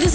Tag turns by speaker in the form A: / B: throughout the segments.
A: This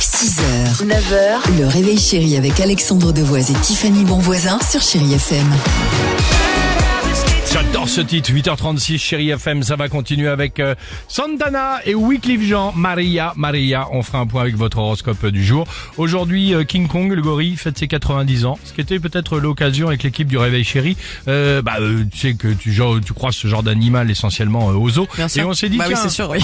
B: 6h, 9h, le réveil chéri avec Alexandre Devoise et Tiffany Bonvoisin sur Chérie FM.
C: J'adore ce titre, 8h36, chérie FM, ça va continuer avec euh, Santana et Wycliffe Jean, Maria, Maria, on fera un point avec votre horoscope euh, du jour. Aujourd'hui, euh, King Kong, le gorille, fête ses 90 ans, ce qui était peut-être l'occasion avec l'équipe du Réveil Chéri, euh, bah, euh, tu sais que tu, genre, tu crois ce genre d'animal essentiellement euh, aux zoo,
D: Bien sûr.
C: et on s'est dit,
D: Bah oui,
C: tiens,
D: c'est sûr, oui.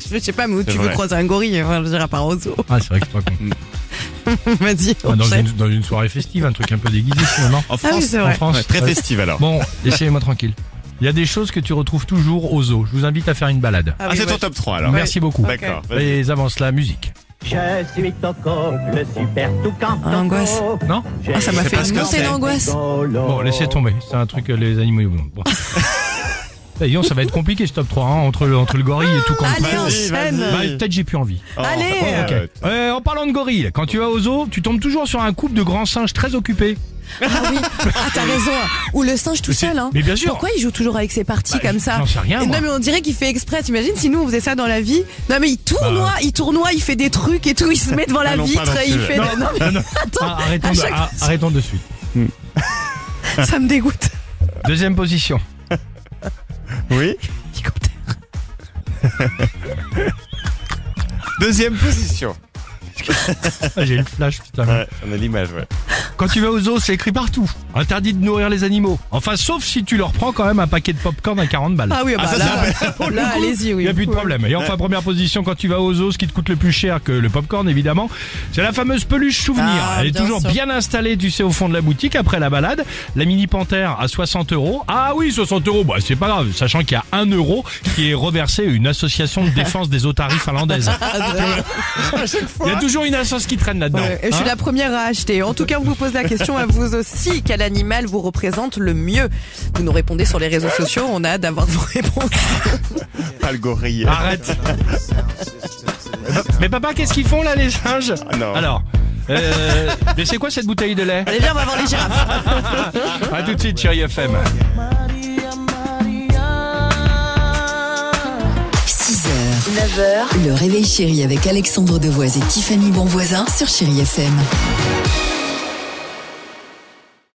D: je sais pas, mais où tu veux
C: vrai.
D: croiser un gorille, enfin, je veux dire, à part au zoo.
C: ah, c'est vrai que c'est pas con.
D: Vas-y,
C: Ah,
D: on
C: dans,
D: sait.
C: une, dans une soirée festive, un truc un peu déguisé finalement.
E: En
D: Ah oui,
E: France,
D: c'est vrai.
C: En France,
E: Ouais, très
C: ouais.
E: festive alors.
C: Bon, laissez-moi tranquille. Il y a des choses que tu retrouves toujours aux zoo, je vous invite à faire une balade.
D: Ah
E: Ah,
D: oui,
E: c'est
D: ouais.
E: ton top 3 alors.
C: Merci beaucoup.
E: D'accord. vas-y.
C: Et avance la musique.
F: Je suis Coco, le super toucan.
D: Ah, l'angoisse.
C: Non
D: Ah, ça m'a
E: Je sais
D: fait
E: pas ce que
D: monter
E: c'est.
D: d'angoisse. Oh.
C: Bon, laissez tomber. C'est un truc, euh, les animaux. Bon. bon. Voyons, ça va être compliqué ce top 3, hein, entre, le, entre le gorille et tout quand
D: Allez,
E: Vas-y,
D: enchaîne.
C: Bah, peut-être j'ai plus envie.
E: Oh,
D: Allez.
E: bon,
D: Ok.
E: euh,
C: Euh, en parlant de gorille, quand tu vas au zoo, tu tombes toujours sur un couple de grands singes très occupés.
D: Ah oui, ah, t'as raison. Ou le singe tout seul. Hein.
C: mais bien sûr.
D: Pourquoi il joue toujours avec ses parties
C: Bah,
D: comme ça
C: j'en sais rien,
D: Et
C: moi.
D: Non, mais on dirait qu'il fait exprès. T'imagines si nous on faisait ça dans la vie Non, mais il tournoie,
C: Bah.
D: il tournoie, il fait des trucs et tout. Il se met devant la
E: Allons pas
D: vitre
E: non
D: et il
E: plus.
D: fait. Non, mais attends,
C: Ah, arrêtons,
D: à
C: de,
D: chaque
C: ah, arrêtons de suite.
D: fois, ça me dégoûte.
C: Deuxième position.
E: Oui. Deuxième position.
C: Ah, j'ai le flash, putain.
E: Ouais, on a l'image, ouais.
C: Quand tu vas au zoo, c'est écrit partout. Interdit de nourrir les animaux. Enfin, sauf si tu leur prends quand même un paquet de popcorn à 40 balles.
D: Ah oui, bah
E: ça,
D: là, là, allez-y, oui.
C: Il n'y a plus de problème. Et enfin, première position, quand tu vas aux zoo, ce qui te coûte le plus cher que le popcorn, évidemment, c'est la fameuse peluche souvenir.
D: Ah,
C: Elle est
D: bien
C: toujours
D: sûr.
C: bien installée, tu sais, au fond de la boutique après la balade. La mini panthère à 60 euros. Ah oui, 60 euros, bah, c'est pas grave, sachant qu'il y a 1 euro qui est reversé à une association de défense des otaries finlandaises.
D: Ah, ben.
C: Il y a toujours une association qui traîne là-dedans.
D: Ouais, et je suis
C: Hein
D: la première à acheter. En tout cas, on vous pose la question à vous aussi. Quel animal vous représente le mieux Vous nous répondez sur les réseaux sociaux. On a hâte d'avoir vos réponses.
E: Pas le gorille.
C: Arrête. Mais papa, qu'est-ce qu'ils font là, les singes
E: Ah, non.
C: Alors, euh, mais c'est quoi cette bouteille de lait
D: Allez, viens, on va voir les girafes.
C: À tout de suite, chérie FM.
B: 6h, 9h, le réveil chéri avec Alexandre Devoise et Tiffany Bonvoisin sur Chérie FM.